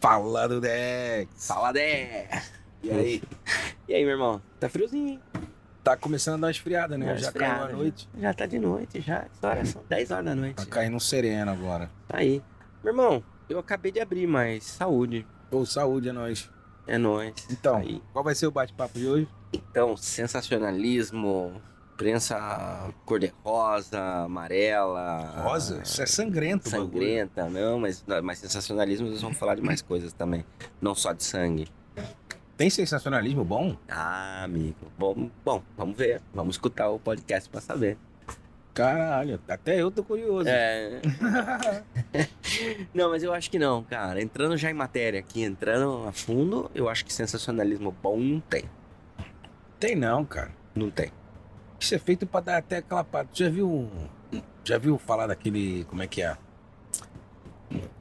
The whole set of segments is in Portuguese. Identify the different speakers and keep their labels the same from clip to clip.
Speaker 1: Fala do Dex.
Speaker 2: Fala, Dé! E aí? é. E aí, meu irmão? Tá friozinho, hein?
Speaker 1: Tá começando a dar uma esfriada, né?
Speaker 2: Dá uma
Speaker 1: Já
Speaker 2: esfriada,
Speaker 1: caiu a
Speaker 2: já.
Speaker 1: noite.
Speaker 2: Já tá de noite, já. Que horas são? 10 horas da noite.
Speaker 1: Tá caindo um sereno agora.
Speaker 2: Tá aí. Meu irmão, eu acabei de abrir, mas saúde.
Speaker 1: Pô, saúde é nóis.
Speaker 2: É nóis.
Speaker 1: Então,
Speaker 2: Aí.
Speaker 1: qual vai ser o bate-papo de hoje?
Speaker 2: Então, sensacionalismo, prensa cor-de-rosa, amarela.
Speaker 1: Rosa? Isso é sangrento, o bagulho.
Speaker 2: Sangrenta, não, mas, mas sensacionalismo eles vão falar de mais coisas também. Não só de sangue.
Speaker 1: Tem sensacionalismo bom?
Speaker 2: Ah, amigo. Bom, bom vamos ver. Vamos escutar o podcast pra saber.
Speaker 1: Caralho, até eu tô curioso.
Speaker 2: É. Não, mas eu acho que não, cara. Entrando já em matéria aqui, entrando a fundo, eu acho que sensacionalismo bom não tem.
Speaker 1: Tem não, cara.
Speaker 2: Não tem.
Speaker 1: Isso é feito pra dar até aquela parte. Já viu. um- Já viu falar daquele. Como é que é?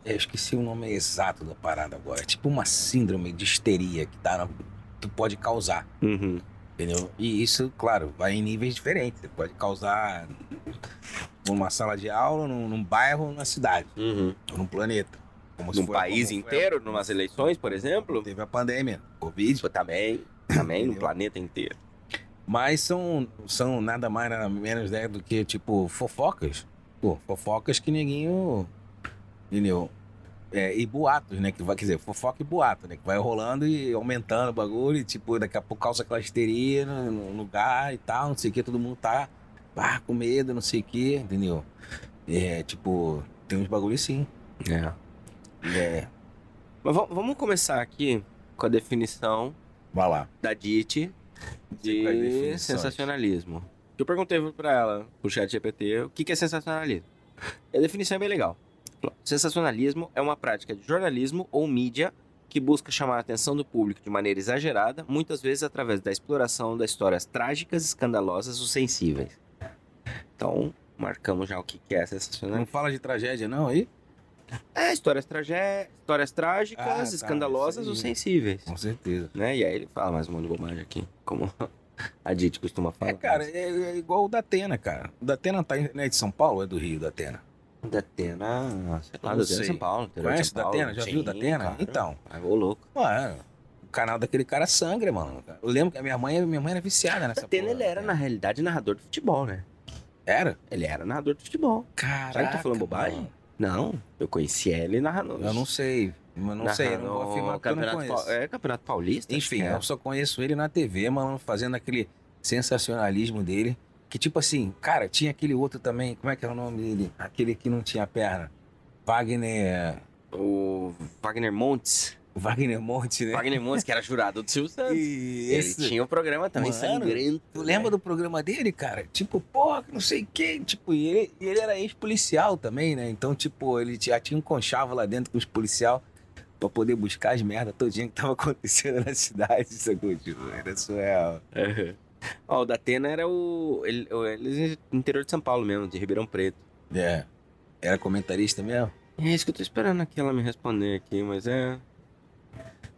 Speaker 1: Eu esqueci o nome exato da parada agora. É tipo uma síndrome de histeria que, tá, na- que pode causar.
Speaker 2: Uhum.
Speaker 1: Entendeu? E isso, claro, vai em níveis diferentes. Pode causar numa sala de aula, num, num bairro, numa cidade,
Speaker 2: Uhum.
Speaker 1: ou num planeta. Como se
Speaker 2: Num
Speaker 1: foi a-
Speaker 2: país
Speaker 1: como foi a-
Speaker 2: inteiro, numas eleições, por exemplo?
Speaker 1: Teve a pandemia, Covid.
Speaker 2: Isso também. Também, no
Speaker 1: Entendeu?
Speaker 2: planeta inteiro.
Speaker 1: Mas são, são nada mais, nada menos né, do que, tipo, fofocas. Pô, fofocas que ninguém. Entendeu? É, e boatos, né? Que vai, quer dizer, fofoca e boato, né? Que vai rolando e aumentando o bagulho, e tipo, daqui a pouco causa aquela histeria no, no lugar e tal, não sei o que, todo mundo tá pá, com medo, não sei o que, entendeu? É, tipo, tem uns bagulhos sim.
Speaker 2: É.
Speaker 1: É,
Speaker 2: Mas va- vamos começar aqui com a definição
Speaker 1: vai lá.
Speaker 2: da DIT
Speaker 1: quais
Speaker 2: de
Speaker 1: definições.
Speaker 2: sensacionalismo. Eu perguntei pra ela, pro chat GPT, o que que é sensacionalismo. E a definição é bem legal. Sensacionalismo é uma prática de jornalismo ou mídia que busca chamar a atenção do público de maneira exagerada, muitas vezes através da exploração das histórias trágicas, escandalosas ou sensíveis. Então, marcamos já o que que é
Speaker 1: Não
Speaker 2: sensacionalismo.
Speaker 1: fala de tragédia, não, aí?
Speaker 2: É, histórias, tragé... histórias trágicas,
Speaker 1: Ah, tá,
Speaker 2: escandalosas
Speaker 1: isso aí.
Speaker 2: ou sensíveis
Speaker 1: Com certeza.
Speaker 2: né? E aí ele fala mais um monte de bobagem aqui, como a Dite costuma falar.
Speaker 1: É, cara, é, é igual o da Atena, cara. O da Atena tá, em- não é de São Paulo ou é do Rio da Atena?
Speaker 2: Da Atena, sei lá,
Speaker 1: Não
Speaker 2: da Atena
Speaker 1: sei.
Speaker 2: São Paulo. interior de
Speaker 1: Conhece
Speaker 2: São
Speaker 1: da
Speaker 2: Paulo.
Speaker 1: Atena? Já viu
Speaker 2: Sim,
Speaker 1: da Atena?
Speaker 2: claro.
Speaker 1: Então,
Speaker 2: Ai, ô louco.
Speaker 1: mano, o canal daquele cara é sangra, mano. Eu lembro que a minha mãe, minha mãe era viciada nessa
Speaker 2: Da Atena,
Speaker 1: porra,
Speaker 2: ele era,
Speaker 1: né?
Speaker 2: na realidade, narrador de futebol, né?
Speaker 1: Era?
Speaker 2: Ele era narrador de futebol.
Speaker 1: Caraca,
Speaker 2: Será que eu tô falando bobagem?
Speaker 1: mano.
Speaker 2: Não, eu conheci ele narrador.
Speaker 1: Eu não sei. Eu não sei, eu não vou afirmar porque eu não
Speaker 2: campeonato
Speaker 1: conheço.
Speaker 2: Pau- É Campeonato Paulista?
Speaker 1: Enfim,
Speaker 2: acho que é.
Speaker 1: eu só conheço ele na TV, mano, fazendo aquele sensacionalismo dele. Que tipo assim, cara, tinha aquele outro também, como é que era o nome dele? Aquele que não tinha perna. Wagner.
Speaker 2: O Wagner Montes.
Speaker 1: Wagner Monte, né?
Speaker 2: Wagner Montes, que era jurado do Silvio Santos.
Speaker 1: E
Speaker 2: Ele
Speaker 1: esse-
Speaker 2: tinha o programa também,
Speaker 1: Mano,
Speaker 2: sangrento.
Speaker 1: Tu lembra do programa dele, cara? Tipo, porra, que não sei o quê. Tipo, e ele, e ele era ex-policial também, né? Então, tipo, ele já tinha um conchavo lá dentro com os policial pra poder buscar as merdas todinha que tava acontecendo na cidade. Isso é tipo, era surreal.
Speaker 2: Ó, o da Atena era o. Ele, o- eles no interior de São Paulo mesmo, de Ribeirão Preto.
Speaker 1: É. Era comentarista mesmo?
Speaker 2: É isso que eu tô esperando aqui ela me responder aqui, mas é.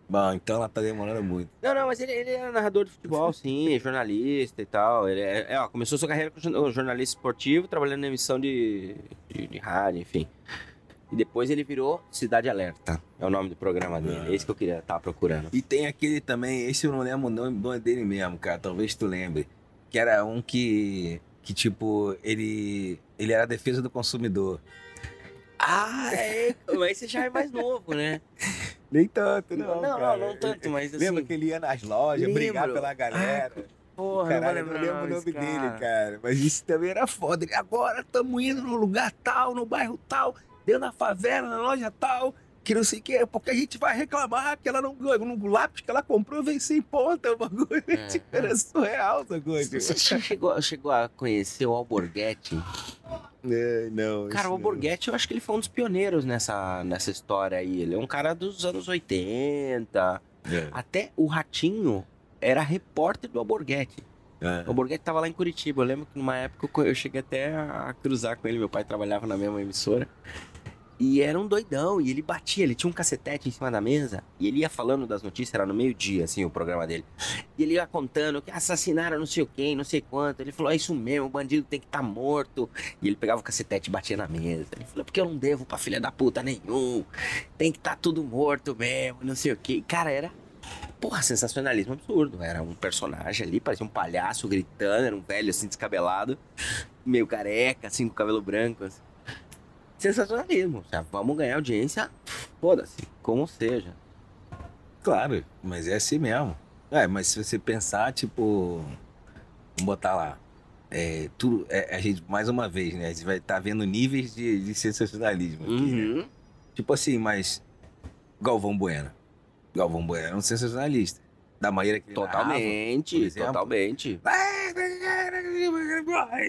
Speaker 1: Bom, então ela tá demorando muito.
Speaker 2: Não, não, mas ele, ele era narrador de futebol, sim, é jornalista e tal. Ele é, é, ó, começou sua carreira como jorna- jornalista esportivo, trabalhando na emissão de, de, de rádio, enfim. E depois ele virou Cidade Alerta. É o nome do programa dele.
Speaker 1: Ah.
Speaker 2: É isso que eu queria estar procurando.
Speaker 1: E tem aquele também, esse eu não lembro o nome do- dele mesmo, cara. Talvez tu lembre. Que era um que. Que, tipo, ele. Ele era a defesa do consumidor.
Speaker 2: Ah, é. Mas esse já é mais novo, né?
Speaker 1: Nem tanto,
Speaker 2: Não,
Speaker 1: não.
Speaker 2: não,
Speaker 1: cara.
Speaker 2: não, tanto, mas assim.
Speaker 1: Lembra que ele ia nas lojas
Speaker 2: Lembro.
Speaker 1: brigar pela galera?
Speaker 2: Porra,
Speaker 1: Caralho, eu
Speaker 2: não
Speaker 1: não
Speaker 2: vou lembrar
Speaker 1: lembro o nome
Speaker 2: desse cara.
Speaker 1: dele, cara. Mas isso também era foda. Ele, agora estamos indo no lugar tal, no bairro tal, dentro da favela, na loja tal, que não sei o que, porque a gente vai reclamar que ela não ganhou. No lápis que ela comprou vem sem ponta, o bagulho.
Speaker 2: É.
Speaker 1: Tipo, era surreal essa coisa.
Speaker 2: Você che- chegou, chegou a conhecer o Alborguete?
Speaker 1: É, não,
Speaker 2: Cara,
Speaker 1: isso
Speaker 2: o
Speaker 1: não.
Speaker 2: Alborguete eu acho que ele foi um dos pioneiros nessa, nessa história aí. Ele é um cara dos anos 80.
Speaker 1: É,
Speaker 2: Até o Ratinho era repórter do Alborguete.
Speaker 1: é.
Speaker 2: O Alborguete tava lá em Curitiba. Eu lembro que numa época eu co- eu cheguei até a cruzar com ele. Meu pai trabalhava na mesma emissora. E era um doidão, e ele batia, ele tinha um cacetete em cima da mesa, e ele ia falando das notícias, era no meio-dia, assim, o programa dele. E ele ia contando que assassinaram não sei quem, não sei quanto. Ele falou, é isso mesmo, o bandido tem que estar morto. E ele pegava o cacetete e batia na mesa. Ele falou, "É porque eu não devo pra filha da puta nenhum, tem que estar tudo morto mesmo, não sei o quê. E, Cara, era, porra, sensacionalismo absurdo. Era um personagem ali, parecia um palhaço gritando, era um velho, assim, descabelado, meio careca, assim, com cabelo branco, assim sensacionalismo. Já vamos ganhar audiência, foda-se, como seja.
Speaker 1: Claro, mas é assim mesmo. É, mas se você pensar, tipo. Vamos botar lá. É, tudo, é, a gente, mais uma vez, né? A gente vai estar vendo níveis de, de sensacionalismo aqui, né?
Speaker 2: Uhum.
Speaker 1: Tipo assim, mas. Galvão Bueno. Galvão Bueno era um sensacionalista. Da maneira que ele
Speaker 2: Totalmente,
Speaker 1: por exemplo.
Speaker 2: totalmente.
Speaker 1: narrava.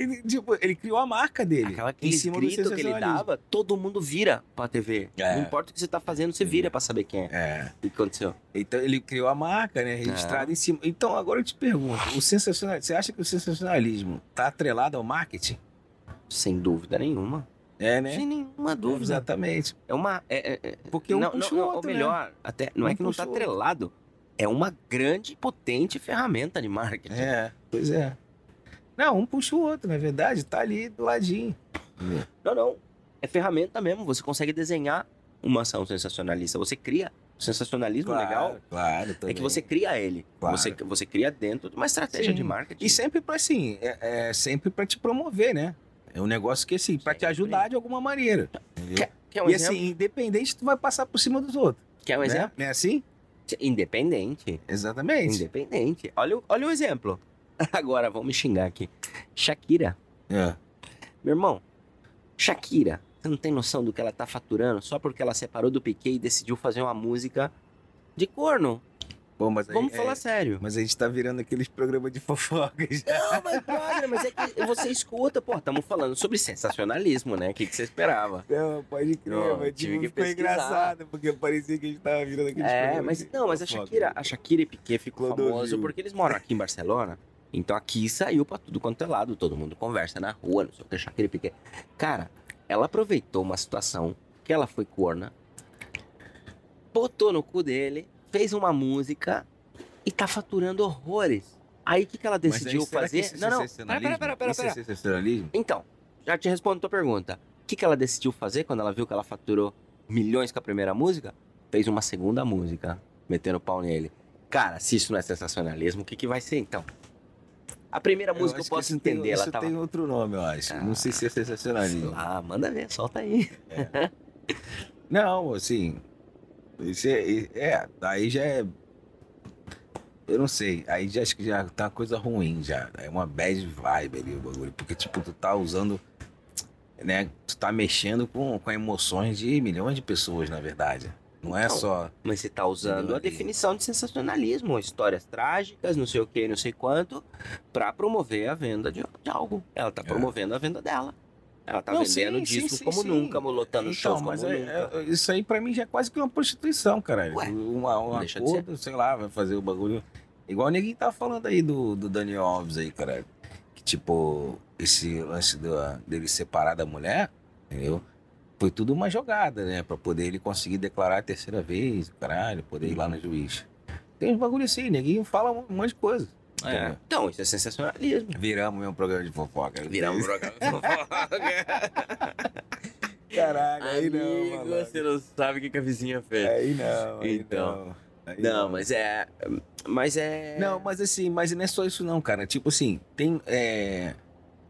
Speaker 1: Tipo, ele criou a marca dele. em
Speaker 2: Aquela aquele
Speaker 1: cima do
Speaker 2: grito que ele
Speaker 1: sensacionalismo.
Speaker 2: dava, todo mundo vira pra TV.
Speaker 1: É.
Speaker 2: Não importa o que você tá fazendo, você vira pra saber quem é.
Speaker 1: É.
Speaker 2: O que aconteceu?
Speaker 1: Então ele criou a marca, né?
Speaker 2: É.
Speaker 1: Registrada em cima. Então agora eu te pergunto: o sensacional... você acha que o sensacionalismo tá atrelado ao marketing?
Speaker 2: Sem dúvida nenhuma.
Speaker 1: É, né?
Speaker 2: Sem nenhuma dúvida.
Speaker 1: Exatamente.
Speaker 2: É uma. é- é- é-
Speaker 1: Porque um
Speaker 2: não,
Speaker 1: puxa
Speaker 2: não,
Speaker 1: o
Speaker 2: não,
Speaker 1: outro,
Speaker 2: ou melhor, até não é
Speaker 1: Um
Speaker 2: que não tá
Speaker 1: puxa o outro.
Speaker 2: atrelado. É uma grande, e potente ferramenta de marketing.
Speaker 1: né? É, pois é. Não, um puxa o outro, na verdade, tá ali do ladinho.
Speaker 2: Não, não. É ferramenta mesmo. Você consegue desenhar uma ação sensacionalista. Você cria. O sensacionalismo legal
Speaker 1: claro.
Speaker 2: é
Speaker 1: também.
Speaker 2: que você cria ele.
Speaker 1: Claro.
Speaker 2: Você, você cria dentro de uma estratégia
Speaker 1: Sim.
Speaker 2: de marketing.
Speaker 1: E sempre pra assim, é, é sempre pra te promover, né? É um negócio que assim, pra te
Speaker 2: Sempre.
Speaker 1: ajudar de alguma maneira. Entendeu?
Speaker 2: Quer, quer um
Speaker 1: E
Speaker 2: exemplo?
Speaker 1: assim, independente, tu vai passar por cima dos outros.
Speaker 2: quer um
Speaker 1: né?
Speaker 2: exemplo?
Speaker 1: Não É assim?
Speaker 2: Independente.
Speaker 1: Exatamente.
Speaker 2: Independente. Olha, o- olha o exemplo. Agora, vão me xingar aqui. Shakira.
Speaker 1: É.
Speaker 2: Meu irmão, Shakira. Você não tem noção do que ela tá faturando só porque ela separou do Piquet e decidiu fazer uma música de corno.
Speaker 1: Bom, mas aí-
Speaker 2: Vamos
Speaker 1: é,
Speaker 2: falar sério.
Speaker 1: Mas a gente tá virando aqueles programas de fofocas.
Speaker 2: Não, mas brother, mas é que você escuta, pô, estamos falando sobre sensacionalismo, né? O que, que você esperava?
Speaker 1: Não, pode crer,
Speaker 2: Não,
Speaker 1: mas
Speaker 2: tive
Speaker 1: tipo,
Speaker 2: que
Speaker 1: ficou
Speaker 2: pesquisar.
Speaker 1: engraçado, porque parecia que a gente tava virando aqueles
Speaker 2: É,
Speaker 1: programas
Speaker 2: mas
Speaker 1: de
Speaker 2: não, mas a
Speaker 1: fofoca.
Speaker 2: Shakira, a Shakira e Piqué ficou
Speaker 1: Clodovil.
Speaker 2: famoso porque eles moram aqui em Barcelona. Então aqui saiu pra tudo quanto é lado, todo mundo conversa na rua, não sei o que, Shakira e Piqué. Cara, ela aproveitou uma situação que ela foi corna, botou no cu dele, fez uma música e tá faturando horrores. Aí o que, que ela
Speaker 1: Mas aí,
Speaker 2: decidiu
Speaker 1: será que
Speaker 2: fazer?
Speaker 1: isso é
Speaker 2: não, não, pera,
Speaker 1: sensacionalismo?
Speaker 2: pera, pera, pera,
Speaker 1: Isso é
Speaker 2: pera.
Speaker 1: sensacionalismo?
Speaker 2: Então, já te respondo a tua pergunta. O que, que ela decidiu fazer quando ela viu que ela faturou milhões com a primeira música? Fez uma segunda música, metendo pau nele. Cara, se isso não é sensacionalismo, o que, que vai ser então? A primeira
Speaker 1: Eu
Speaker 2: música eu
Speaker 1: acho que
Speaker 2: posso
Speaker 1: isso tem-
Speaker 2: entender, ela
Speaker 1: isso
Speaker 2: tava.
Speaker 1: tem um outro nome, eu acho. Não sei se é sensacionalismo.
Speaker 2: Ah, manda ver, solta aí.
Speaker 1: Não, assim. Isso é, é, aí já é. Eu não sei, aí já acho que já tá uma coisa ruim já. É uma bad vibe ali o bagulho. Porque, tipo, tu tá usando. Né, tu tá mexendo com, com emoções de milhões de pessoas, na verdade. Não é
Speaker 2: Então,
Speaker 1: só.
Speaker 2: Mas você
Speaker 1: um
Speaker 2: tá usando
Speaker 1: Entendeu?
Speaker 2: a definição de sensacionalismo, histórias trágicas, não sei o que, não sei quanto, pra promover a venda de, de algo. Ela tá
Speaker 1: É.
Speaker 2: promovendo a venda dela. Ela tá
Speaker 1: Não,
Speaker 2: vendendo
Speaker 1: sim, sim,
Speaker 2: discos
Speaker 1: sim,
Speaker 2: como
Speaker 1: sim.
Speaker 2: nunca, lotando Então, shows como
Speaker 1: mas
Speaker 2: nunca.
Speaker 1: é- é- isso aí pra mim já é quase que uma prostituição, cara.
Speaker 2: Ué,
Speaker 1: uma, um
Speaker 2: não deixa de ser.
Speaker 1: acordo, sei lá, vai fazer o bagulho. Igual ninguém tá falando aí do, do Daniel Alves aí, cara. Que tipo, esse lance do- dele separar da mulher, entendeu? Foi tudo uma jogada, né? Pra poder ele conseguir declarar a terceira vez, caralho, poder ir lá no juiz. Tem uns bagulho assim, ninguém fala um monte de coisa.
Speaker 2: É.
Speaker 1: entendeu?
Speaker 2: Então, isso é sensacionalismo. um
Speaker 1: Viramos mesmo um programa de fofoca.
Speaker 2: Viramos fofoca.
Speaker 1: Caralho, aí não,
Speaker 2: né? Amigo,
Speaker 1: maluco.
Speaker 2: você não sabe o que, que a vizinha fez.
Speaker 1: Aí não, aí
Speaker 2: Então.
Speaker 1: não. Aí
Speaker 2: Não, mas é. Mas é.
Speaker 1: Não, mas assim, mas não é só isso não, cara. Tipo assim, tem. É,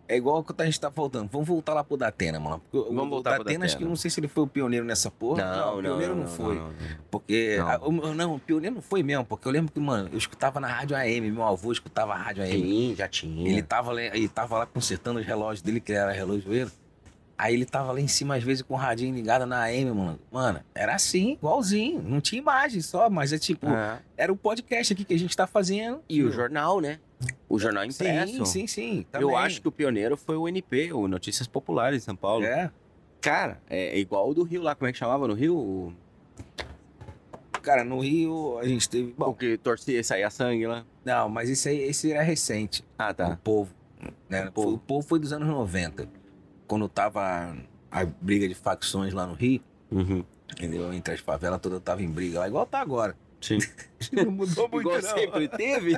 Speaker 1: é igual que a gente tá faltando. Vamos voltar lá pro Datena, mano. Porque o-
Speaker 2: Vamos
Speaker 1: o
Speaker 2: voltar pro
Speaker 1: Datena, acho que
Speaker 2: Datena.
Speaker 1: não sei se ele foi o pioneiro nessa porra.
Speaker 2: Não,
Speaker 1: o
Speaker 2: não,
Speaker 1: pioneiro
Speaker 2: não,
Speaker 1: não,
Speaker 2: não,
Speaker 1: foi.
Speaker 2: não, não.
Speaker 1: Porque.
Speaker 2: Não.
Speaker 1: ah, o- Não. o pioneiro não foi mesmo, porque eu lembro que, mano, eu escutava na Rádio AM, meu avô escutava a Rádio AM.
Speaker 2: Sim, já tinha.
Speaker 1: Ele tava, lá- ele tava lá consertando os relógios dele, que era relojoeiro. Aí ele tava lá em cima, às vezes, com o radinho ligado na AM, mano. Mano, era assim, igualzinho. Não tinha imagem só, mas é tipo,
Speaker 2: Ah,
Speaker 1: era o podcast aqui que a gente tá fazendo.
Speaker 2: E o
Speaker 1: Entendeu?
Speaker 2: jornal, né? O jornal impresso.
Speaker 1: Sim, sim, sim.
Speaker 2: Eu acho que o pioneiro foi o NP, o Notícias Populares de São Paulo.
Speaker 1: É.
Speaker 2: Cara, é igual o do Rio lá, como é que chamava no Rio? O,
Speaker 1: Cara, no Rio a gente teve.
Speaker 2: o
Speaker 1: Bom,
Speaker 2: que torcia e saía sangue lá.
Speaker 1: não, mas isso aí esse era recente.
Speaker 2: Ah,
Speaker 1: O
Speaker 2: tá.
Speaker 1: povo. né?
Speaker 2: O Povo.
Speaker 1: O povo foi dos anos 90. Quando tava a briga de facções lá no Rio,
Speaker 2: Uhum.
Speaker 1: entendeu? Entre as favelas todas tava em briga lá, igual tá agora.
Speaker 2: Sim.
Speaker 1: Não mudou muito,
Speaker 2: Igual
Speaker 1: não.
Speaker 2: sempre teve?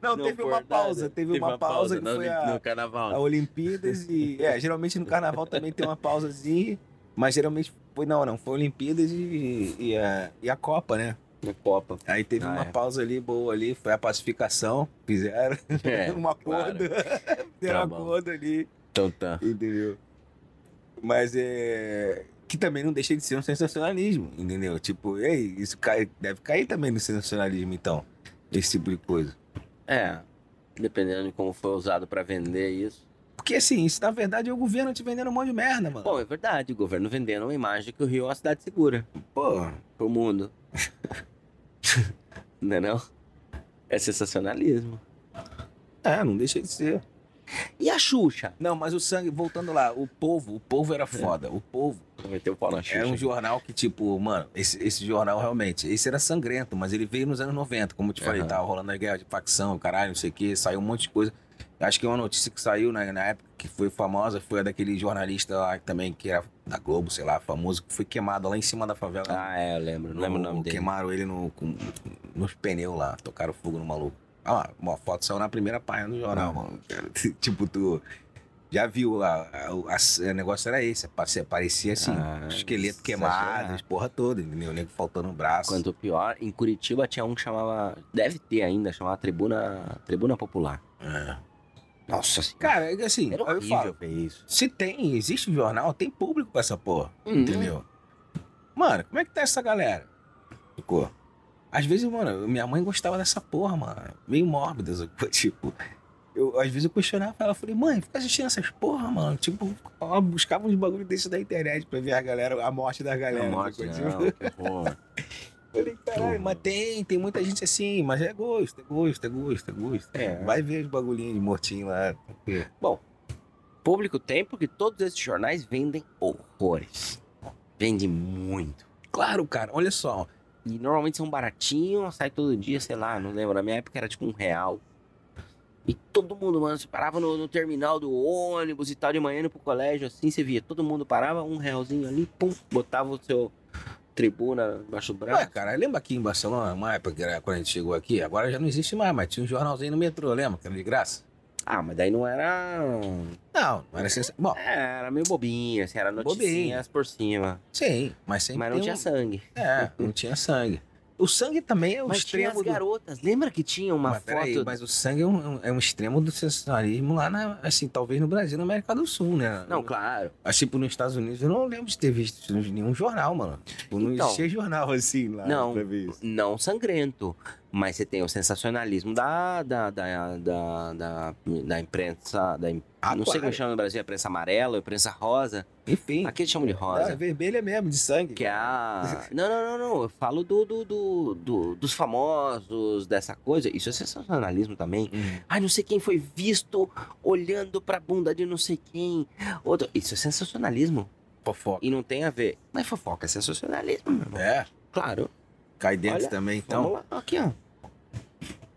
Speaker 1: Não,
Speaker 2: Não
Speaker 1: teve
Speaker 2: por
Speaker 1: uma
Speaker 2: nada.
Speaker 1: pausa, teve, uma, pausa, que
Speaker 2: na
Speaker 1: foi
Speaker 2: Olim-
Speaker 1: a,
Speaker 2: no carnaval.
Speaker 1: a Olimpíadas e... É, geralmente no carnaval também tem uma pausazinha, mas geralmente foi... Não, não, foi Olimpíadas e, e a, e a Copa, né?
Speaker 2: Na Copa.
Speaker 1: Aí teve
Speaker 2: Ah,
Speaker 1: uma
Speaker 2: é.
Speaker 1: pausa ali boa ali, foi a pacificação, fizeram
Speaker 2: É,
Speaker 1: um acordo,
Speaker 2: claro.
Speaker 1: fizeram
Speaker 2: Tá
Speaker 1: um
Speaker 2: bom.
Speaker 1: acordo ali,
Speaker 2: Então tá.
Speaker 1: entendeu? Mas é. Que também não deixa de ser um sensacionalismo, entendeu? Tipo, e aí, isso cai, deve cair também no sensacionalismo, então. Esse tipo de coisa.
Speaker 2: É. Dependendo de como foi usado pra vender isso.
Speaker 1: Porque assim, isso na verdade é o governo te vendendo um monte de merda, mano.
Speaker 2: Bom, é verdade. O governo vendendo uma imagem que o Rio é uma cidade segura
Speaker 1: Pô,
Speaker 2: pro mundo. não é não? É sensacionalismo.
Speaker 1: é, não deixa de ser.
Speaker 2: E a Xuxa?
Speaker 1: Não, mas o sangue, voltando lá, o povo, o povo
Speaker 2: É.
Speaker 1: era foda. O povo
Speaker 2: Vou meter o pau na Xuxa.
Speaker 1: Era um
Speaker 2: aqui.
Speaker 1: jornal que, tipo, mano, esse, esse jornal realmente, esse era sangrento, mas ele veio nos anos 90, como eu te falei,
Speaker 2: Aham.
Speaker 1: tava rolando a guerra de facção, caralho, não sei o que, saiu um monte de coisa. Acho que uma notícia que saiu na, na época que foi famosa foi a daquele jornalista lá também, que era da Globo, sei lá, famoso, que foi queimado lá em cima da favela.
Speaker 2: Ah, é, eu lembro. Não lembro o nome dele.
Speaker 1: Queimaram ele no, com- nos pneus lá, tocaram fogo no maluco. Ah, lá, uma foto saiu na primeira página do jornal, mano. tipo, tu já viu lá, a- o a- o negócio era esse, parecia, parecia assim,
Speaker 2: Ah,
Speaker 1: esqueleto
Speaker 2: exagerado.
Speaker 1: queimado, as porra toda, entendeu? O nego faltando um braço.
Speaker 2: Quanto pior, em Curitiba tinha um que chamava. Deve ter ainda, chamava Tribuna, Tribuna Popular.
Speaker 1: É.
Speaker 2: Nossa senhora.
Speaker 1: Cara, é que assim,
Speaker 2: Era
Speaker 1: eu
Speaker 2: horrível
Speaker 1: falo,
Speaker 2: ver isso.
Speaker 1: se tem, existe um jornal, tem público pra essa porra.
Speaker 2: Entendeu?
Speaker 1: Entendeu? Mano, como é que tá essa galera? Ficou. Às vezes, mano, minha mãe gostava dessa porra, mano. Meio mórbida, essa coisa, tipo. Eu, às vezes eu questionava ela, falei, mãe, fica assistindo essas porra, mano. Tipo, ela buscava uns bagulho desse da internet pra ver a galera, a morte da galera.
Speaker 2: Não,
Speaker 1: essa
Speaker 2: morte,
Speaker 1: coisa,
Speaker 2: não, que horror.
Speaker 1: Falei, caralho, mas tem, tem muita gente assim, mas é gosto, é gosto, é gosto, é gosto.
Speaker 2: É.
Speaker 1: Vai ver os bagulhinhos de mortinho lá.
Speaker 2: Público tem porque todos esses jornais vendem horrores. Vende muito.
Speaker 1: Claro, cara, olha só.
Speaker 2: E normalmente são baratinhos, sai todo dia, sei lá, não lembro. Na minha época era tipo um real. E todo mundo, mano, você parava no, no terminal do ônibus e tal, de manhã indo pro colégio, assim, você via, todo mundo parava, um realzinho ali, pum, botava o seu tribuna embaixo do
Speaker 1: Ué,
Speaker 2: braço.
Speaker 1: cara, lembra aqui em Barcelona, uma época que era quando a gente chegou aqui, agora já não existe mais, mas tinha um jornalzinho no metrô, lembra? Que era de graça?
Speaker 2: Ah, mas daí não era.
Speaker 1: Não, não era sensacional. Bom,
Speaker 2: É, era meio bobinha, assim, era noticinhas por cima.
Speaker 1: sim, mas sempre.
Speaker 2: mas não
Speaker 1: tem
Speaker 2: tinha
Speaker 1: um-
Speaker 2: sangue.
Speaker 1: É, não tinha sangue. O sangue também é o
Speaker 2: Mas tinha
Speaker 1: extremo
Speaker 2: as
Speaker 1: do.
Speaker 2: garotas. Lembra que tinha uma
Speaker 1: mas,
Speaker 2: foto?
Speaker 1: peraí, mas o sangue é um, é um extremo do sensacionalismo lá, na, assim, talvez no Brasil, na América do Sul, né?
Speaker 2: Não, claro.
Speaker 1: Mas, tipo, nos Estados Unidos, eu não lembro de ter visto isso em nenhum jornal, mano. Tipo, não
Speaker 2: Então.
Speaker 1: existia jornal assim lá
Speaker 2: Não.
Speaker 1: pra ver isso.
Speaker 2: Não sangrento. Mas você tem o sensacionalismo da, da, da, da, da, da imprensa. Da, im-
Speaker 1: Ah,
Speaker 2: não sei como
Speaker 1: claro.
Speaker 2: chama no Brasil, a imprensa amarela, a imprensa rosa.
Speaker 1: Enfim.
Speaker 2: Aqui eles chamam de
Speaker 1: Não, é
Speaker 2: rosa.
Speaker 1: vermelha mesmo, de sangue.
Speaker 2: Que é a. Não, não, não, não. Eu falo do, do, do, do- dos famosos, dessa coisa. Isso é sensacionalismo também.
Speaker 1: Hum.
Speaker 2: Ai, não sei quem foi visto olhando pra bunda de não sei quem. Outro... Isso é sensacionalismo.
Speaker 1: Fofoca.
Speaker 2: E não tem a ver. Mas fofoca é sensacionalismo, meu irmão.
Speaker 1: É,
Speaker 2: Claro.
Speaker 1: cai dentro
Speaker 2: Olha,
Speaker 1: também, então.
Speaker 2: Vamos lá. Aqui, ó.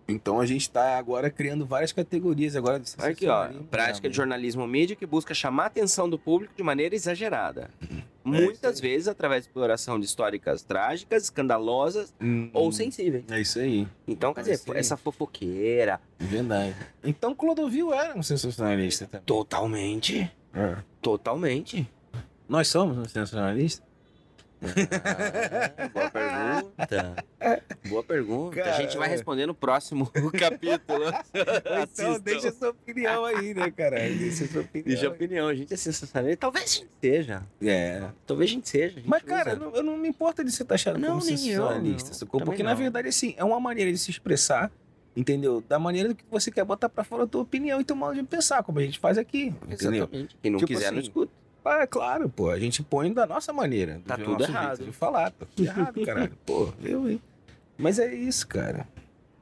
Speaker 1: Então a gente tá agora criando várias categorias agora de
Speaker 2: Olha aqui, ó.
Speaker 1: sensacionalismo,
Speaker 2: Prática
Speaker 1: né,
Speaker 2: de jornalismo mídia que busca chamar a atenção do público de maneira exagerada. Muitas vezes através de exploração de históricas trágicas, escandalosas
Speaker 1: mano? Hum,
Speaker 2: ou sensíveis.
Speaker 1: É isso aí,
Speaker 2: Então, quer
Speaker 1: é
Speaker 2: dizer,
Speaker 1: isso aí.
Speaker 2: essa fofoqueira.
Speaker 1: verdade. Então Clodovil era um sensacionalista também.
Speaker 2: Totalmente.
Speaker 1: É.
Speaker 2: Totalmente.
Speaker 1: Nós somos um sensacionalista?
Speaker 2: Ah, boa pergunta. É. Boa pergunta. a gente vai
Speaker 1: Cara.
Speaker 2: responder no próximo capítulo. Assistam.
Speaker 1: Então, sua opinião aí, né, cara? Deixa sua opinião.
Speaker 2: Deixa a opinião. A gente é sensacionalista. Talvez a gente seja.
Speaker 1: É.
Speaker 2: Talvez a gente seja. a gente
Speaker 1: Mas, cara, eu
Speaker 2: usa.
Speaker 1: não- eu não me importo de você estar achado
Speaker 2: Não,
Speaker 1: como
Speaker 2: nem eu,
Speaker 1: sensacionalista,
Speaker 2: não.
Speaker 1: sacou?
Speaker 2: Também
Speaker 1: Porque, na
Speaker 2: não.
Speaker 1: verdade, assim, é uma maneira de se expressar, entendeu? Da maneira do que você quer botar pra fora a tua opinião e teu modo de pensar, como a gente faz aqui, entendeu?
Speaker 2: Exatamente. Quem não
Speaker 1: Tipo
Speaker 2: quiser, não
Speaker 1: assim,
Speaker 2: escuta.
Speaker 1: Ah, é claro, pô, a gente põe da nossa maneira. do
Speaker 2: Tá
Speaker 1: nosso
Speaker 2: tudo
Speaker 1: jeito
Speaker 2: errado.
Speaker 1: De falar, tá tudo errado, caralho. Pô, eu, hein? Mas é isso, cara.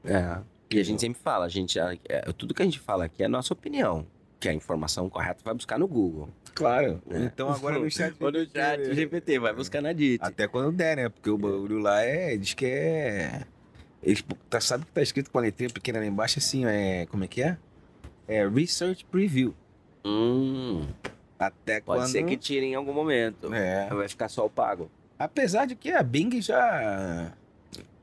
Speaker 2: É. E a gente sempre fala, a gente, a- é, tudo que a gente fala aqui é a nossa opinião. Que a informação correta vai buscar no Google.
Speaker 1: Claro.
Speaker 2: É.
Speaker 1: Então agora no chat.
Speaker 2: Ou no chat
Speaker 1: né?
Speaker 2: GPT, vai buscar na DIT.
Speaker 1: Até quando der, né? Porque o bagulho lá é. Diz que é. Eles, tá, sabe que tá escrito com a letrinha pequena lá embaixo assim, é. Como é que é? É Research Preview.
Speaker 2: Hum,
Speaker 1: Até
Speaker 2: Pode
Speaker 1: quando.
Speaker 2: ser que tire em algum momento.
Speaker 1: É.
Speaker 2: Vai ficar só o pago.
Speaker 1: Apesar de que a Bing já.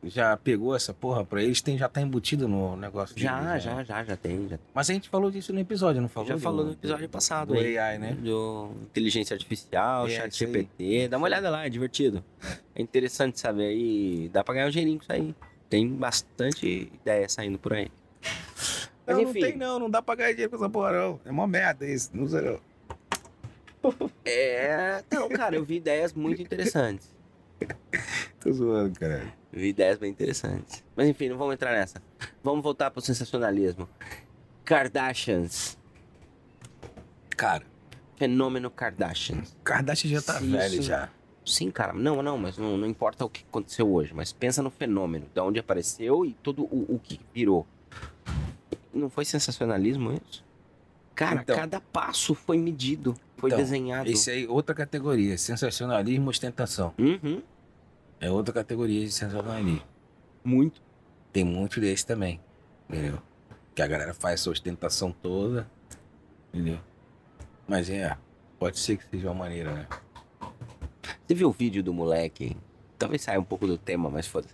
Speaker 1: Já pegou essa porra pra eles, tem, já tá embutido no negócio.
Speaker 2: Já,
Speaker 1: deles, né?
Speaker 2: já, já, já tem. Já,
Speaker 1: Mas a gente falou disso no episódio, não falou?
Speaker 2: já
Speaker 1: Do-
Speaker 2: falou um no episódio passado
Speaker 1: do
Speaker 2: aí.
Speaker 1: AI, né?
Speaker 2: Do inteligência artificial,
Speaker 1: É,
Speaker 2: chat
Speaker 1: isso aí.
Speaker 2: GPT. Dá uma olhada lá, é divertido. É interessante saber aí. Dá pra ganhar um dinheirinho com isso aí. Tem bastante ideia saindo por aí. Mas
Speaker 1: não, não
Speaker 2: enfim.
Speaker 1: tem não, não dá pra ganhar dinheiro com essa porra, não. É uma merda isso. Não sei, não.
Speaker 2: É. Não, cara, eu vi ideias muito interessantes.
Speaker 1: Tô zoando, caralho.
Speaker 2: Vi ideias bem interessantes. Mas enfim, não vamos entrar nessa. Vamos voltar pro sensacionalismo. Kardashians.
Speaker 1: Cara,
Speaker 2: Fenômeno Kardashians.
Speaker 1: Kardashian já tá
Speaker 2: Sim,
Speaker 1: velho
Speaker 2: isso.
Speaker 1: já.
Speaker 2: Sim, cara. Não, não, mas não, não importa o que aconteceu hoje. Mas pensa no fenômeno, de onde apareceu e todo o, o que virou. Não foi sensacionalismo isso? Cara,
Speaker 1: Então.
Speaker 2: cada passo foi medido, foi
Speaker 1: Então,
Speaker 2: desenhado.
Speaker 1: Isso aí, outra categoria. Sensacionalismo ostentação.
Speaker 2: Uhum.
Speaker 1: É outra categoria de sensacionalismo.
Speaker 2: Muito.
Speaker 1: Tem muito desse também. Entendeu? Que a galera faz essa ostentação toda. Entendeu? Mas é, pode ser que seja uma maneira, né?
Speaker 2: Você viu o vídeo do moleque? Talvez saia um pouco do tema, mas foda-se.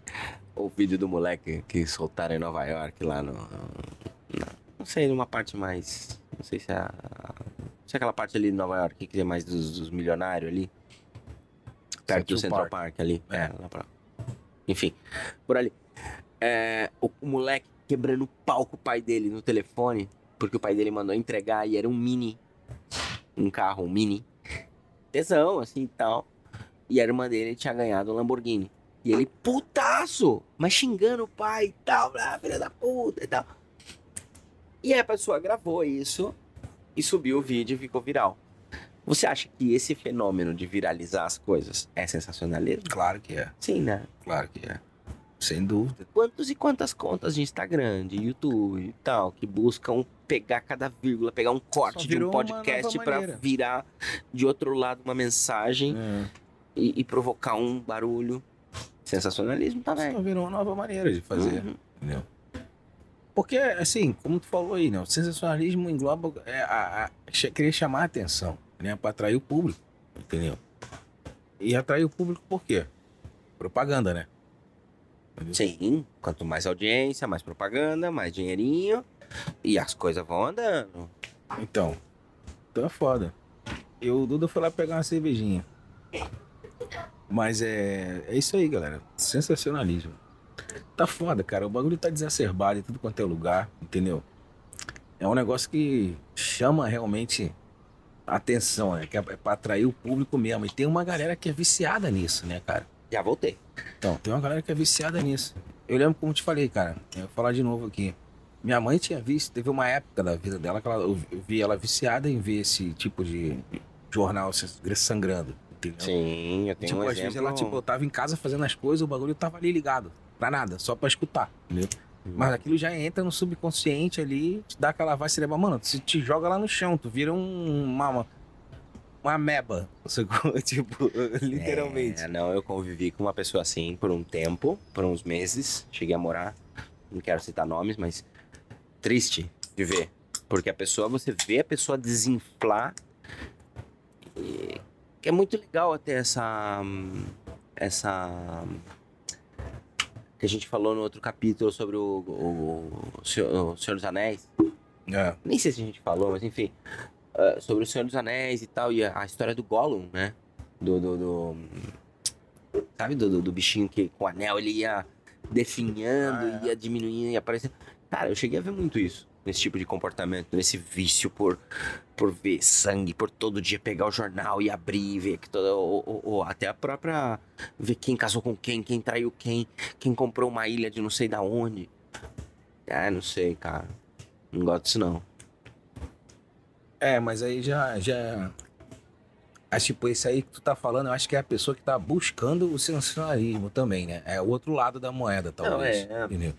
Speaker 2: O vídeo do moleque que soltaram em Nova York, lá no. na- não sei, numa parte mais. Não sei se é. a- Se é aquela parte ali de Nova York que é mais dos, dos milionários ali. Perto do
Speaker 1: Central
Speaker 2: Central Park,
Speaker 1: Park.
Speaker 2: ali. É, lá pra. Enfim, por ali. É, o, o moleque quebrando o pau com o pai dele no telefone, porque o pai dele mandou entregar e era um mini. Um carro, um mini. Tesão, assim e tal. E a irmã dele tinha ganhado um Lamborghini. E ele, putaço! Mas xingando o pai e tal, ah, filha da puta e tal. E aí a pessoa gravou isso e subiu o vídeo e ficou viral. Você acha que esse fenômeno de viralizar as coisas é sensacionalismo?
Speaker 1: Claro que é,
Speaker 2: Sim, né?
Speaker 1: claro que é. Sem dúvida.
Speaker 2: Quantos e quantas contas de Instagram, de YouTube e tal, que buscam pegar cada vírgula, pegar um corte de
Speaker 1: virou
Speaker 2: um
Speaker 1: uma
Speaker 2: podcast
Speaker 1: nova
Speaker 2: pra
Speaker 1: maneira.
Speaker 2: virar de outro lado uma mensagem
Speaker 1: É.
Speaker 2: e, e provocar um barulho? Sensacionalismo também.
Speaker 1: Isso virou tá uma nova maneira de fazer.
Speaker 2: Uhum.
Speaker 1: Entendeu? Porque, assim, como tu falou aí, né? O sensacionalismo engloba é, a, a- che- querer chamar a atenção, né? Pra atrair o público, entendeu? E atrair o público por quê? Propaganda, né? Entendeu?
Speaker 2: Sim, quanto mais audiência, mais propaganda, mais dinheirinho. E as coisas vão andando.
Speaker 1: Então, então é foda. Eu, o Duda foi lá pegar uma cervejinha. Mas é, é isso aí, galera. Sensacionalismo. Tá foda, cara. O bagulho tá desacerbado em tudo quanto é lugar, entendeu? É um negócio que chama realmente a atenção, né? Que é pra atrair o público mesmo. E tem uma galera que é viciada nisso, né, cara?
Speaker 2: Já voltei.
Speaker 1: Então, tem uma galera que é viciada nisso. Eu lembro como eu te falei, cara. Eu vou falar de novo aqui. Minha mãe tinha visto, teve uma época da vida dela que ela, eu vi- eu vi ela viciada em ver esse tipo de jornal se- sangrando, entendeu?
Speaker 2: Sim, eu tenho
Speaker 1: tipo,
Speaker 2: um exemplo.
Speaker 1: às vezes ela tipo, tava em casa fazendo as coisas, o bagulho tava ali ligado, pra nada, só pra escutar, entendeu?
Speaker 2: tipo,
Speaker 1: Mas aquilo já entra no subconsciente ali, te dá aquela vai cerebral. Mano, se te joga lá no chão, tu vira um, uma, uma, uma ameba, sacou? tipo, literalmente.
Speaker 2: É, não, eu convivi com uma pessoa assim por um tempo, por uns meses. Cheguei a morar, não quero citar nomes, mas triste de ver. Porque a pessoa, você vê a pessoa desinflar. E que é muito legal até essa. hum, Essa. hum, Que a gente falou no outro capítulo sobre o, o- o Senhor- o Senhor dos Anéis.
Speaker 1: É.
Speaker 2: Nem sei se a gente falou, mas enfim. ah, sobre o Senhor dos Anéis e tal, e a, a história do Gollum, né? Do. do, do- sabe, do, do, do bichinho que com o anel ele ia definhando,
Speaker 1: Ah, é.
Speaker 2: ia diminuindo, ia aparecendo. Cara, eu cheguei a ver muito isso. Nesse tipo de comportamento, nesse vício por, por ver sangue, por todo dia pegar o jornal e abrir, e ver que toda. Ou, ou- ou até a própria. ver quem casou com quem, quem traiu quem, quem comprou uma ilha de não sei da onde. Ah, não sei, cara. Não gosto disso não.
Speaker 1: É, mas aí já. já... Ah, tipo, esse aí que tu tá falando, eu acho que é a pessoa que tá buscando o sensacionalismo também, né? É o outro lado da moeda, talvez.
Speaker 2: é, é.
Speaker 1: Entendeu?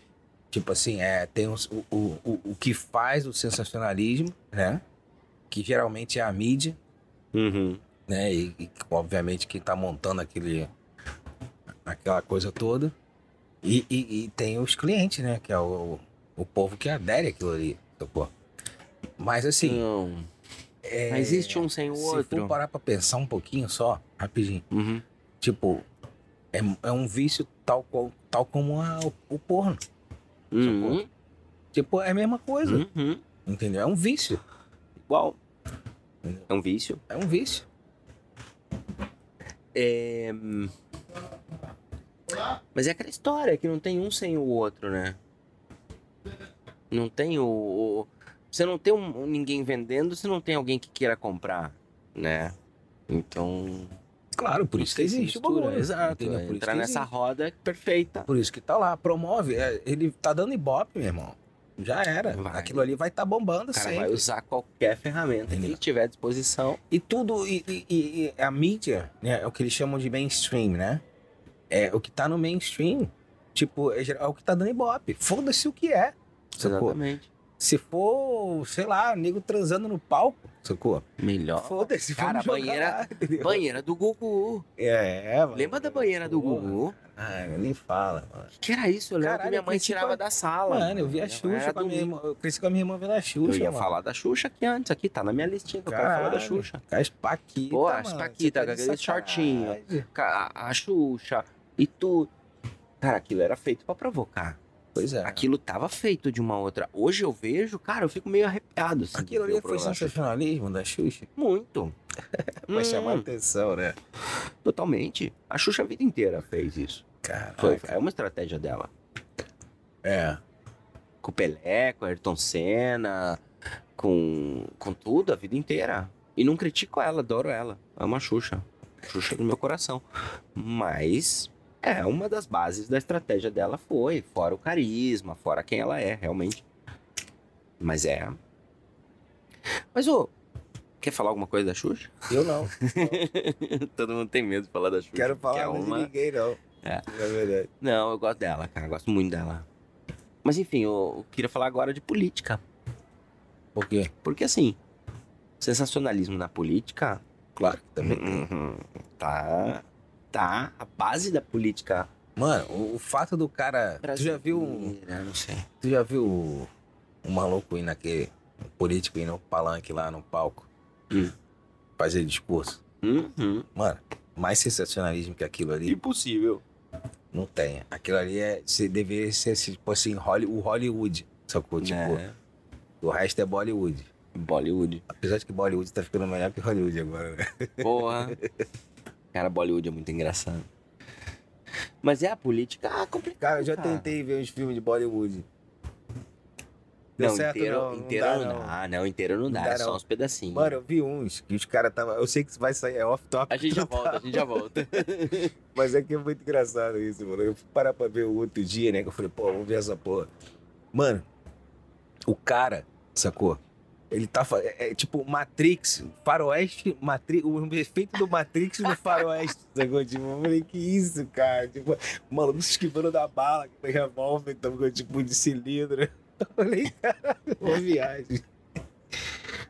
Speaker 1: Tipo assim, é, tem os- o, o, o, o que faz o sensacionalismo, né? Que geralmente é a mídia,
Speaker 2: Uhum.
Speaker 1: né? E, e, obviamente quem tá montando aquele, aquela coisa toda. E, e- e tem os clientes, né? Que é o, o povo que adere àquilo ali, sacou? Mas assim.
Speaker 2: Não.
Speaker 1: É,
Speaker 2: Mas existe um sem o
Speaker 1: Se
Speaker 2: outro.
Speaker 1: for parar pra pensar um pouquinho só, rapidinho.
Speaker 2: Uhum.
Speaker 1: Tipo, é, é um vício tal, qual, tal como a- o, o porno.
Speaker 2: Uhum.
Speaker 1: Tipo, é a mesma coisa,
Speaker 2: Uhum.
Speaker 1: entendeu? É um vício.
Speaker 2: Igual. É um vício.
Speaker 1: É um vício.
Speaker 2: É, hum. Mas é aquela história que não tem um sem o outro, né? Não tem o. o- Você não tem um- ninguém vendendo, você não tem alguém que queira comprar, né? Então.
Speaker 1: Claro, por isso que existe o bagulho. Exato.
Speaker 2: Então,
Speaker 1: né? Por isso
Speaker 2: entrar
Speaker 1: que
Speaker 2: nessa
Speaker 1: existe.
Speaker 2: roda perfeita.
Speaker 1: Por isso que tá lá, promove. É, Ele tá dando ibope, meu irmão. Já era.
Speaker 2: Vai.
Speaker 1: Aquilo ali vai estar tá bombando
Speaker 2: O cara
Speaker 1: sempre.
Speaker 2: vai usar qualquer ferramenta que
Speaker 1: Entendeu?
Speaker 2: ele tiver à disposição.
Speaker 1: E tudo, e, e- e- e a mídia, né, é o que eles chamam de mainstream, né? É o que tá no mainstream. Tipo, é, geral- é o que tá dando ibope. Foda-se o que é. Sacou?
Speaker 2: Exatamente.
Speaker 1: Se for, sei lá, nego transando no palco, sacou?
Speaker 2: Melhor.
Speaker 1: Foda-se,
Speaker 2: Cara,
Speaker 1: vamos jogar
Speaker 2: banheira-
Speaker 1: lá, entendeu?
Speaker 2: Banheira do Gugu.
Speaker 1: É, é, mano.
Speaker 2: Lembra da banheira do
Speaker 1: Porra.
Speaker 2: Gugu?
Speaker 1: Ah, nem fala, mano.
Speaker 2: Que era isso? Eu lembro
Speaker 1: Caralho,
Speaker 2: que minha
Speaker 1: eu
Speaker 2: mãe
Speaker 1: cresci com
Speaker 2: tirava
Speaker 1: a-
Speaker 2: da sala.
Speaker 1: Mano, eu vi a
Speaker 2: Minha mãe
Speaker 1: Xuxa
Speaker 2: era
Speaker 1: com a minha
Speaker 2: domingo.
Speaker 1: irmã. Eu cresci com a minha irmã vendo a
Speaker 2: Eu
Speaker 1: Xuxa,
Speaker 2: ia
Speaker 1: mano.
Speaker 2: falar da Xuxa aqui antes, aqui tá na minha listinha que eu quero falar da
Speaker 1: Caralho.
Speaker 2: Xuxa.
Speaker 1: As Paquita,
Speaker 2: Pô,
Speaker 1: mano.
Speaker 2: as
Speaker 1: você
Speaker 2: Paquita,
Speaker 1: tá de
Speaker 2: com aquele shortinho.
Speaker 1: sacanagem.
Speaker 2: Ca- A, a Xuxa e tu. Cara, aquilo era feito pra provocar.
Speaker 1: Pois é.
Speaker 2: Aquilo tava feito de uma outra. Hoje eu vejo, cara, eu fico meio arrepiado. assim, de
Speaker 1: Aquilo
Speaker 2: ver
Speaker 1: ali
Speaker 2: o
Speaker 1: foi
Speaker 2: programa da Xuxa.
Speaker 1: sensacionalismo da Xuxa.
Speaker 2: Muito.
Speaker 1: Vai chamar
Speaker 2: Hum,
Speaker 1: atenção, né?
Speaker 2: Totalmente. A Xuxa a vida inteira fez isso.
Speaker 1: Cara,
Speaker 2: Foi, é uma estratégia dela.
Speaker 1: É.
Speaker 2: Com o Pelé, com o Ayrton Senna, com, com tudo, a vida inteira. E não critico ela, adoro ela. Amo a Xuxa. Xuxa do meu coração. Mas é uma das bases da estratégia dela foi. Fora o carisma, fora quem ela é, realmente. Mas é. Mas ô. quer falar alguma coisa da Xuxa?
Speaker 1: Eu não.
Speaker 2: Todo mundo tem medo de falar da Xuxa.
Speaker 1: Quero
Speaker 2: porque
Speaker 1: falar
Speaker 2: é
Speaker 1: mais
Speaker 2: uma-
Speaker 1: de ninguém, não.
Speaker 2: É.
Speaker 1: Na verdade.
Speaker 2: Não, eu gosto dela, cara. eu Gosto muito dela. Mas enfim, eu, eu queria falar agora de política.
Speaker 1: Por quê?
Speaker 2: Porque assim, sensacionalismo na política.
Speaker 1: Claro que também.
Speaker 2: uhum, Tá. Tá. A base da política
Speaker 1: Mano, o, o fato do cara. Tu já
Speaker 2: brasileira.
Speaker 1: viu. um-
Speaker 2: Não sei.
Speaker 1: Tu já viu o, o maluco indo naquele. Um político indo no palanque lá no palco.
Speaker 2: Hum.
Speaker 1: Fazer discurso.
Speaker 2: Uhum.
Speaker 1: Mano, mais sensacionalismo que aquilo ali.
Speaker 2: Impossível.
Speaker 1: Não tem. Aquilo ali é. Se deveria ser se, tipo assim, Holly, o Hollywood. Sacou? Tipo,
Speaker 2: Né?
Speaker 1: o resto é Bollywood.
Speaker 2: Bollywood.
Speaker 1: Apesar de que Bollywood tá ficando melhor que Hollywood agora, né?
Speaker 2: Porra. Cara, Bollywood é muito engraçado. Mas é a política ah, complicada.
Speaker 1: Cara, eu já
Speaker 2: Cara.
Speaker 1: tentei ver uns filmes de Bollywood. Deu
Speaker 2: Não,
Speaker 1: certo?
Speaker 2: inteiro,
Speaker 1: não,
Speaker 2: inteiro
Speaker 1: dá,
Speaker 2: não, dá, não. inteiro não dá,
Speaker 1: Não dá,
Speaker 2: é só
Speaker 1: não.
Speaker 2: uns pedacinhos.
Speaker 1: Mano, eu vi uns que os caras tava. Eu sei que isso vai sair, é off-top,
Speaker 2: A gente já volta, a gente já volta.
Speaker 1: mas é que é muito engraçado isso, mano. Eu fui parar pra ver o outro dia, né? Que eu falei, pô, vamos ver essa porra. Mano, o cara, sacou? Ele tá. fa- É, é tipo Matrix, Faroeste, Matrix, o efeito do Matrix no Faroeste, sacou? Tipo, eu falei, que isso, cara? Tipo, o maluco se esquivando da bala, que tem revólver, então, com, tipo, de cilindro. Eu falei, caralho, uma viagem.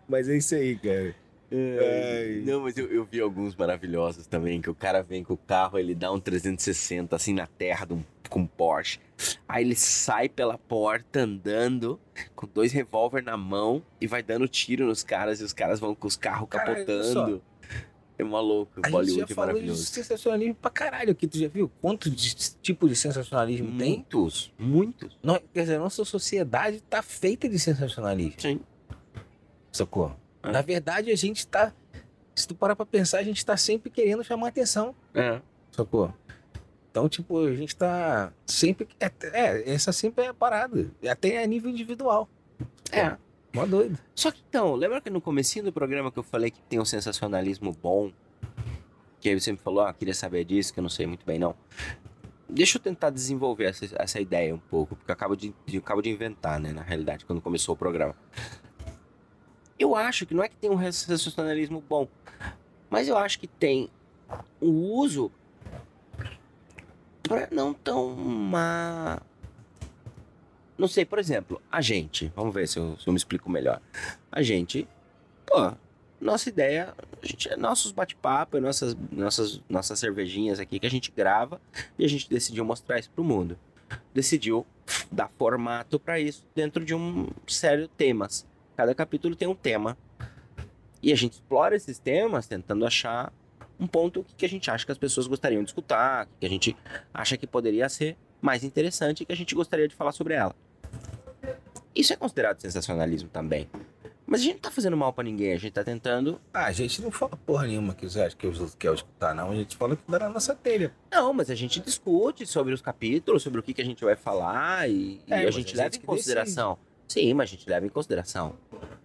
Speaker 1: Mas é isso aí, cara. Ai.
Speaker 2: Não, mas eu, eu vi alguns maravilhosos também, que o cara vem com o carro, ele dá um 360 assim na terra de um- com um Porsche. Aí ele sai pela porta andando com dois revólver na mão e vai dando tiro nos caras e os caras vão com os carros
Speaker 1: Cara, olha
Speaker 2: capotando. É maluco,
Speaker 1: A gente já
Speaker 2: Bollywood é
Speaker 1: falou de
Speaker 2: maravilhoso.
Speaker 1: sensacionalismo pra caralho aqui. Tu já viu quanto de tipo de sensacionalismo tem?
Speaker 2: Muitos, muitos.
Speaker 1: Não, quer dizer, a nossa sociedade tá feita de sensacionalismo.
Speaker 2: Sim.
Speaker 1: Socorro.
Speaker 2: É.
Speaker 1: Na verdade, a gente tá. Se tu parar pra pensar, a gente tá sempre querendo chamar atenção.
Speaker 2: É.
Speaker 1: Socorro. Então, tipo, a gente tá sempre. É, é, essa sempre é a parada. Até a nível individual.
Speaker 2: É.
Speaker 1: Mó doido.
Speaker 2: Só que então, lembra que no comecinho do programa que eu falei que tem um sensacionalismo bom? Que aí você me falou, ah, queria saber disso, que eu não sei muito bem não. Deixa eu tentar desenvolver essa, essa ideia um pouco, porque eu acabo de, de- eu acabo de inventar, né, na realidade, quando começou o programa. Eu acho que não é que tem um sensacionalismo bom, mas eu acho que tem o uso pra não tomar... Não sei, por exemplo, a gente, vamos ver se eu- se eu me explico melhor a gente, pô, nossa ideia, a gente, é nossos bate-papos, nossas, nossas, nossas cervejinhas aqui que a gente grava e a gente decidiu mostrar isso pro mundo. Decidiu dar formato pra isso dentro de um sério de temas. Cada capítulo tem um tema. E a gente explora esses temas tentando achar um ponto que a gente acha que as pessoas gostariam de escutar, que a gente acha que poderia ser mais interessante e que a gente gostaria de falar sobre ela. Isso é considerado sensacionalismo também. Mas a gente não tá fazendo mal pra ninguém, a gente tá tentando.
Speaker 1: Ah, a gente não fala porra nenhuma que você acha que os outros querem escutar, não. A gente fala que dá na nossa telha.
Speaker 2: Não, mas a gente discute sobre os capítulos, sobre o que, que a gente vai falar e,
Speaker 1: É,
Speaker 2: e a
Speaker 1: mas
Speaker 2: gente
Speaker 1: a
Speaker 2: leva
Speaker 1: gente
Speaker 2: em
Speaker 1: que
Speaker 2: consideração. Sim, mas a gente leva em consideração.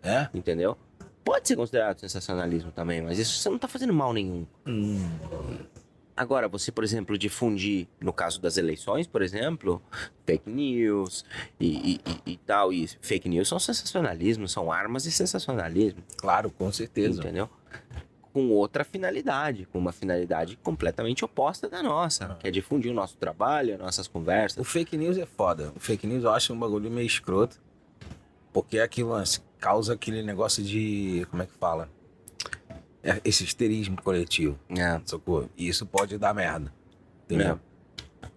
Speaker 1: É?
Speaker 2: entendeu? Pode ser considerado sensacionalismo também, mas isso você não tá fazendo mal nenhum.
Speaker 1: Hum.
Speaker 2: Agora, você, por exemplo, difundir, no caso das eleições, por exemplo, fake news e, e- e- e tal, e fake news são sensacionalismo, são armas de sensacionalismo,
Speaker 1: Claro, com certeza.
Speaker 2: entendeu? Com outra finalidade, com uma finalidade completamente oposta da nossa, que é difundir o nosso trabalho, nossas
Speaker 1: O
Speaker 2: conversas.
Speaker 1: fake news é foda. O fake news eu acho um bagulho meio escroto. Porque é aquilo, assim, causa aquele negócio de. Como é que fala? É esse histerismo coletivo,
Speaker 2: É,
Speaker 1: sacou? E isso pode dar merda. Entendeu?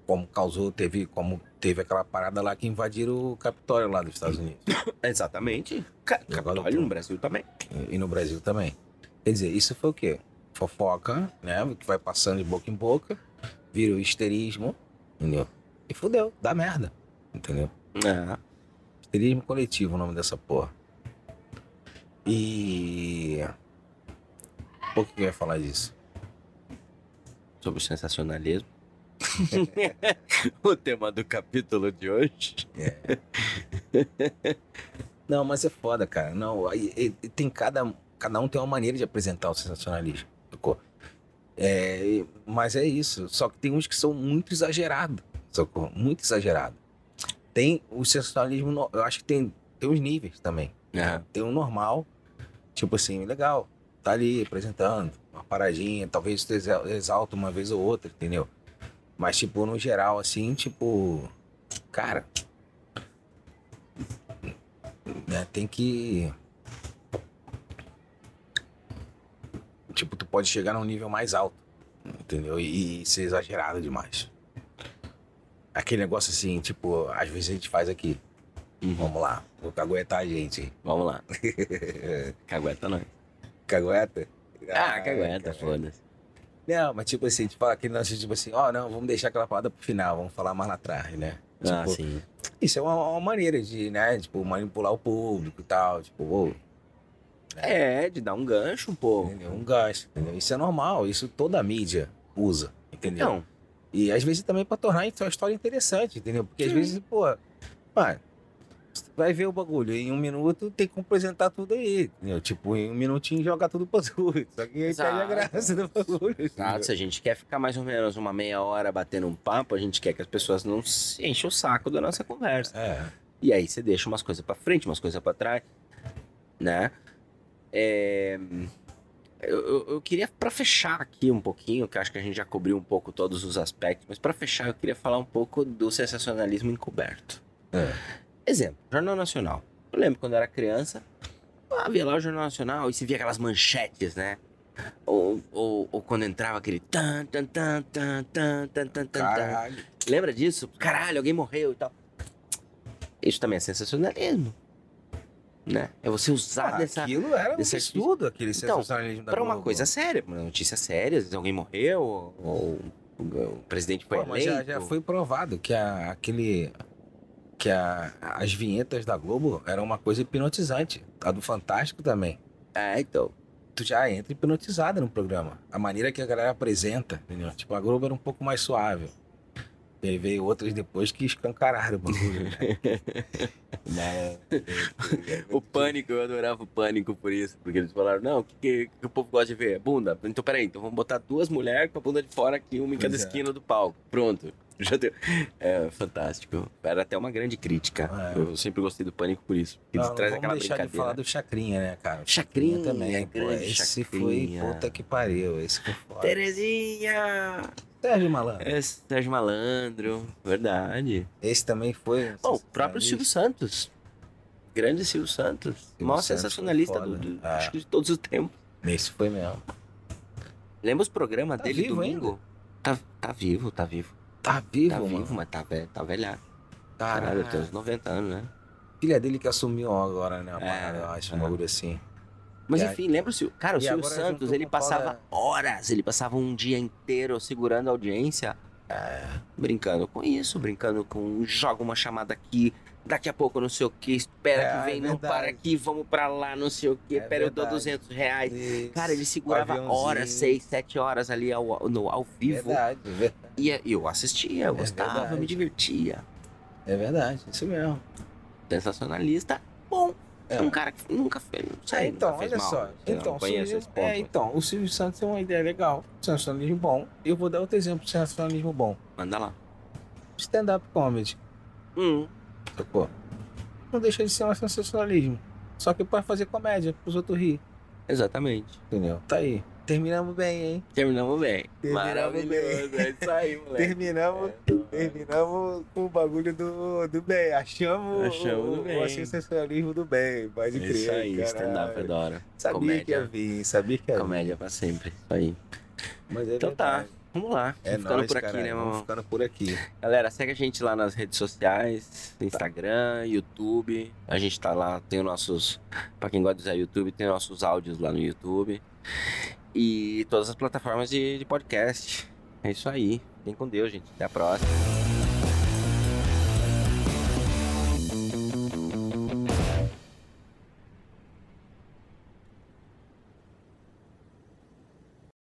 Speaker 1: Como causou, teve, como teve aquela parada lá que invadiram o Capitólio lá dos Estados Unidos.
Speaker 2: exatamente. Ca-
Speaker 1: Agora
Speaker 2: Capitólio
Speaker 1: eu tô-
Speaker 2: no Brasil também.
Speaker 1: E no Brasil também. Quer dizer, isso foi o quê? Fofoca, né? Que vai passando de boca em boca, vira o histerismo, entendeu? E fudeu, dá merda, entendeu?
Speaker 2: É.
Speaker 1: Histerismo coletivo o nome dessa porra. E. Por que que eu ia falar disso?
Speaker 2: sobre o sensacionalismo. o tema do capítulo de hoje.
Speaker 1: Não, mas é foda, cara. Não, aí, e- e tem cada, cada um tem uma maneira de apresentar o sensacionalismo. Sacou? É, e- mas é isso. Só que tem uns que são muito exagerados. Sacou? Muito exagerado. Tem o sensacionalismo, no- eu acho que tem, tem uns níveis também.
Speaker 2: É.
Speaker 1: Tem o normal, tipo assim, legal. Tá ali apresentando, uma paradinha, talvez tu exa- exalta uma vez ou outra, entendeu? Mas, tipo, no geral, assim, tipo. Cara, né? Tem que. Tipo, tu pode chegar num nível mais alto, entendeu? E, e ser exagerado demais. Aquele negócio assim, tipo, às vezes a gente faz aqui. Vamos lá, vou caguetar a gente.
Speaker 2: Vamos lá. cagueta não.
Speaker 1: Cagueta?
Speaker 2: Ah,
Speaker 1: Ai,
Speaker 2: cagueta,
Speaker 1: cara.
Speaker 2: foda-se.
Speaker 1: Não, mas tipo assim, a gente fala aquele lance, tipo assim, ó, não, vamos deixar aquela parada pro final, vamos falar mais lá atrás, né?
Speaker 2: Ah,
Speaker 1: Tipo,
Speaker 2: sim.
Speaker 1: Isso é uma, uma maneira de, né, tipo, manipular o público e tal, tipo, ô,
Speaker 2: É, de dar um gancho um pouco.
Speaker 1: Entendeu? Um gasto, entendeu? Isso é normal, isso toda a mídia usa, entendeu?
Speaker 2: Não,
Speaker 1: E às vezes também pra tornar a história interessante, entendeu? Porque às
Speaker 2: Sim.
Speaker 1: vezes, pô, mano, tu vai ver o bagulho em um minuto, tem que apresentar tudo aí, entendeu? Tipo, em um minutinho jogar tudo pra tu. Só que aí perde a
Speaker 2: Exato.
Speaker 1: graça do bagulho.
Speaker 2: claro, se a gente quer ficar mais ou menos uma meia hora batendo um papo, a gente quer que as pessoas não se enchem o saco da nossa conversa.
Speaker 1: É,
Speaker 2: E aí você deixa umas coisas pra frente, umas coisas pra trás, né? É, Eu, eu- eu queria, pra fechar aqui um pouquinho, que eu acho que a gente já cobriu um pouco todos os aspectos, mas pra fechar eu queria falar um pouco do sensacionalismo encoberto.
Speaker 1: É.
Speaker 2: Exemplo, Jornal Nacional. Eu lembro quando eu era criança, ah, via lá o Jornal Nacional e se via aquelas manchetes, né? Ou, ou, ou quando entrava aquele tan tan tan tan tan tan tan
Speaker 1: Então,
Speaker 2: tan tan
Speaker 1: caralho.
Speaker 2: Lembra disso? Caralho, alguém morreu e tal. Isso também é sensacionalismo. Né? É você usar
Speaker 1: Ah,
Speaker 2: dessa.
Speaker 1: Aquilo era um
Speaker 2: dessa-
Speaker 1: absurdo, aquele
Speaker 2: Então,
Speaker 1: sensacionalismo da
Speaker 2: Pra uma
Speaker 1: Globo.
Speaker 2: coisa séria, uma notícia séria, às vezes alguém morreu, ou, ou o presidente foi
Speaker 1: Pô, mas
Speaker 2: eleito.
Speaker 1: já, já foi provado que a- aquele. Que a- as vinhetas da Globo eram uma coisa hipnotizante. A do Fantástico também.
Speaker 2: É, então.
Speaker 1: Tu já entra hipnotizada no programa. A maneira que a galera apresenta, entendeu? Tipo, a Globo era um pouco mais suave. E aí veio outras depois que escancararam o bagulho. Né?
Speaker 2: O pânico, eu adorava o pânico por isso, porque eles falaram: não, o que, que- que o povo gosta de ver? Bunda. Então peraí, então vamos botar duas mulheres com a bunda de fora aqui, uma em cada
Speaker 1: Pois é.
Speaker 2: esquina do palco. Pronto. Já deu. É, fantástico. Era até uma grande crítica.
Speaker 1: É.
Speaker 2: Eu sempre gostei do pânico por isso. Porque
Speaker 1: Não,
Speaker 2: eles
Speaker 1: não
Speaker 2: trazem
Speaker 1: vamos
Speaker 2: aquela
Speaker 1: deixar de
Speaker 2: brincadeira.
Speaker 1: falar do Chacrinha, né, cara?
Speaker 2: Chacrinha,
Speaker 1: também, pô.
Speaker 2: grande
Speaker 1: Esse
Speaker 2: Chacrinha.
Speaker 1: foi puta que pariu. Esse foi foda.
Speaker 2: Terezinha!
Speaker 1: Tá. Sérgio Malandro.
Speaker 2: É Sérgio Malandro, verdade.
Speaker 1: Esse também foi. um
Speaker 2: Bom, o próprio Silvio
Speaker 1: sensacionalista.
Speaker 2: Santos. Grande Silvio Santos. maior
Speaker 1: Santos foi
Speaker 2: sensacionalista do,
Speaker 1: foda.
Speaker 2: do-
Speaker 1: Ah.
Speaker 2: acho que de todos os tempos.
Speaker 1: Esse foi mesmo.
Speaker 2: Lembra os programas
Speaker 1: Tá
Speaker 2: dele
Speaker 1: vivo
Speaker 2: domingo? Tá, tá vivo, tá vivo.
Speaker 1: Tá vivo,
Speaker 2: tá
Speaker 1: mano.
Speaker 2: vivo, mas tá, ve- tá velhado.
Speaker 1: Caralho,
Speaker 2: Caralho, tem uns 90 anos, né?
Speaker 1: filha dele que assumiu agora, né? Uma
Speaker 2: É,
Speaker 1: parada, eu acho, um
Speaker 2: é.
Speaker 1: bagulho assim.
Speaker 2: Mas
Speaker 1: E aí-
Speaker 2: enfim, lembra o Sil... Cara, o
Speaker 1: E
Speaker 2: Silvio
Speaker 1: agora
Speaker 2: Santos,
Speaker 1: juntou
Speaker 2: ele
Speaker 1: com é?
Speaker 2: passava
Speaker 1: toda-
Speaker 2: horas, ele passava um dia inteiro segurando a audiência, ah, brincando com isso, brincando com joga uma chamada aqui, daqui a pouco não sei o que, espera
Speaker 1: É,
Speaker 2: que vem,
Speaker 1: é
Speaker 2: não
Speaker 1: verdade.
Speaker 2: para aqui, vamos pra lá, não sei o que,
Speaker 1: É
Speaker 2: pera, eu dou
Speaker 1: verdade.
Speaker 2: 200 reais.
Speaker 1: Isso.
Speaker 2: Cara, ele segurava
Speaker 1: Aviãozinho.
Speaker 2: horas, seis, sete horas ali ao, no, ao vivo.
Speaker 1: Verdade, ver-
Speaker 2: E eu assistia, eu
Speaker 1: É
Speaker 2: gostava,
Speaker 1: verdade.
Speaker 2: me divertia.
Speaker 1: é verdade, isso mesmo.
Speaker 2: Sensacionalista, bom.
Speaker 1: É.
Speaker 2: Um cara que nunca fez. Não sei,
Speaker 1: É, então,
Speaker 2: nunca fez
Speaker 1: olha
Speaker 2: mal, né?
Speaker 1: só.
Speaker 2: sei lá,
Speaker 1: Então,
Speaker 2: não conheço
Speaker 1: Silvio-
Speaker 2: esse ponto.
Speaker 1: é, então, o Silvio Santos é uma ideia legal. Sensacionalismo bom. Eu vou dar outro exemplo de sensacionalismo bom.
Speaker 2: Manda lá.
Speaker 1: Stand-up comedy.
Speaker 2: Hum,
Speaker 1: Sacou? Não deixa de ser um sensacionalismo. Só que pode fazer comédia pros outros rir.
Speaker 2: exatamente.
Speaker 1: Entendeu? Tá aí. Terminamos bem, hein?
Speaker 2: Terminamos bem.
Speaker 1: Terminamos
Speaker 2: Maravilhoso. É isso aí, moleque. É, tá
Speaker 1: Terminamos. Terminamos com o bagulho do, do bem. Achamos,
Speaker 2: Achamos do
Speaker 1: o,
Speaker 2: bem.
Speaker 1: o sensacionalismo do bem. Pode
Speaker 2: É
Speaker 1: crer.
Speaker 2: isso aí,
Speaker 1: caralho. É.
Speaker 2: stand-up é da hora.
Speaker 1: Sabia que ia
Speaker 2: Comédia.
Speaker 1: vir, sabia que ia vir.
Speaker 2: Comédia pra sempre. Isso aí.
Speaker 1: Mas é
Speaker 2: Então tá.
Speaker 1: verdade.
Speaker 2: Vamos lá.
Speaker 1: É
Speaker 2: Tô ficando
Speaker 1: nóis,
Speaker 2: por aqui,
Speaker 1: caralho.
Speaker 2: né,
Speaker 1: Vamos
Speaker 2: mamão?
Speaker 1: ficando por aqui.
Speaker 2: Galera, segue a gente lá nas redes sociais, Instagram, YouTube. A gente tá lá, tem os nossos. Pra quem gosta de usar YouTube, tem nossos áudios lá no YouTube. E todas as plataformas de, de podcast. É isso aí. Vem com Deus, gente. Até a próxima.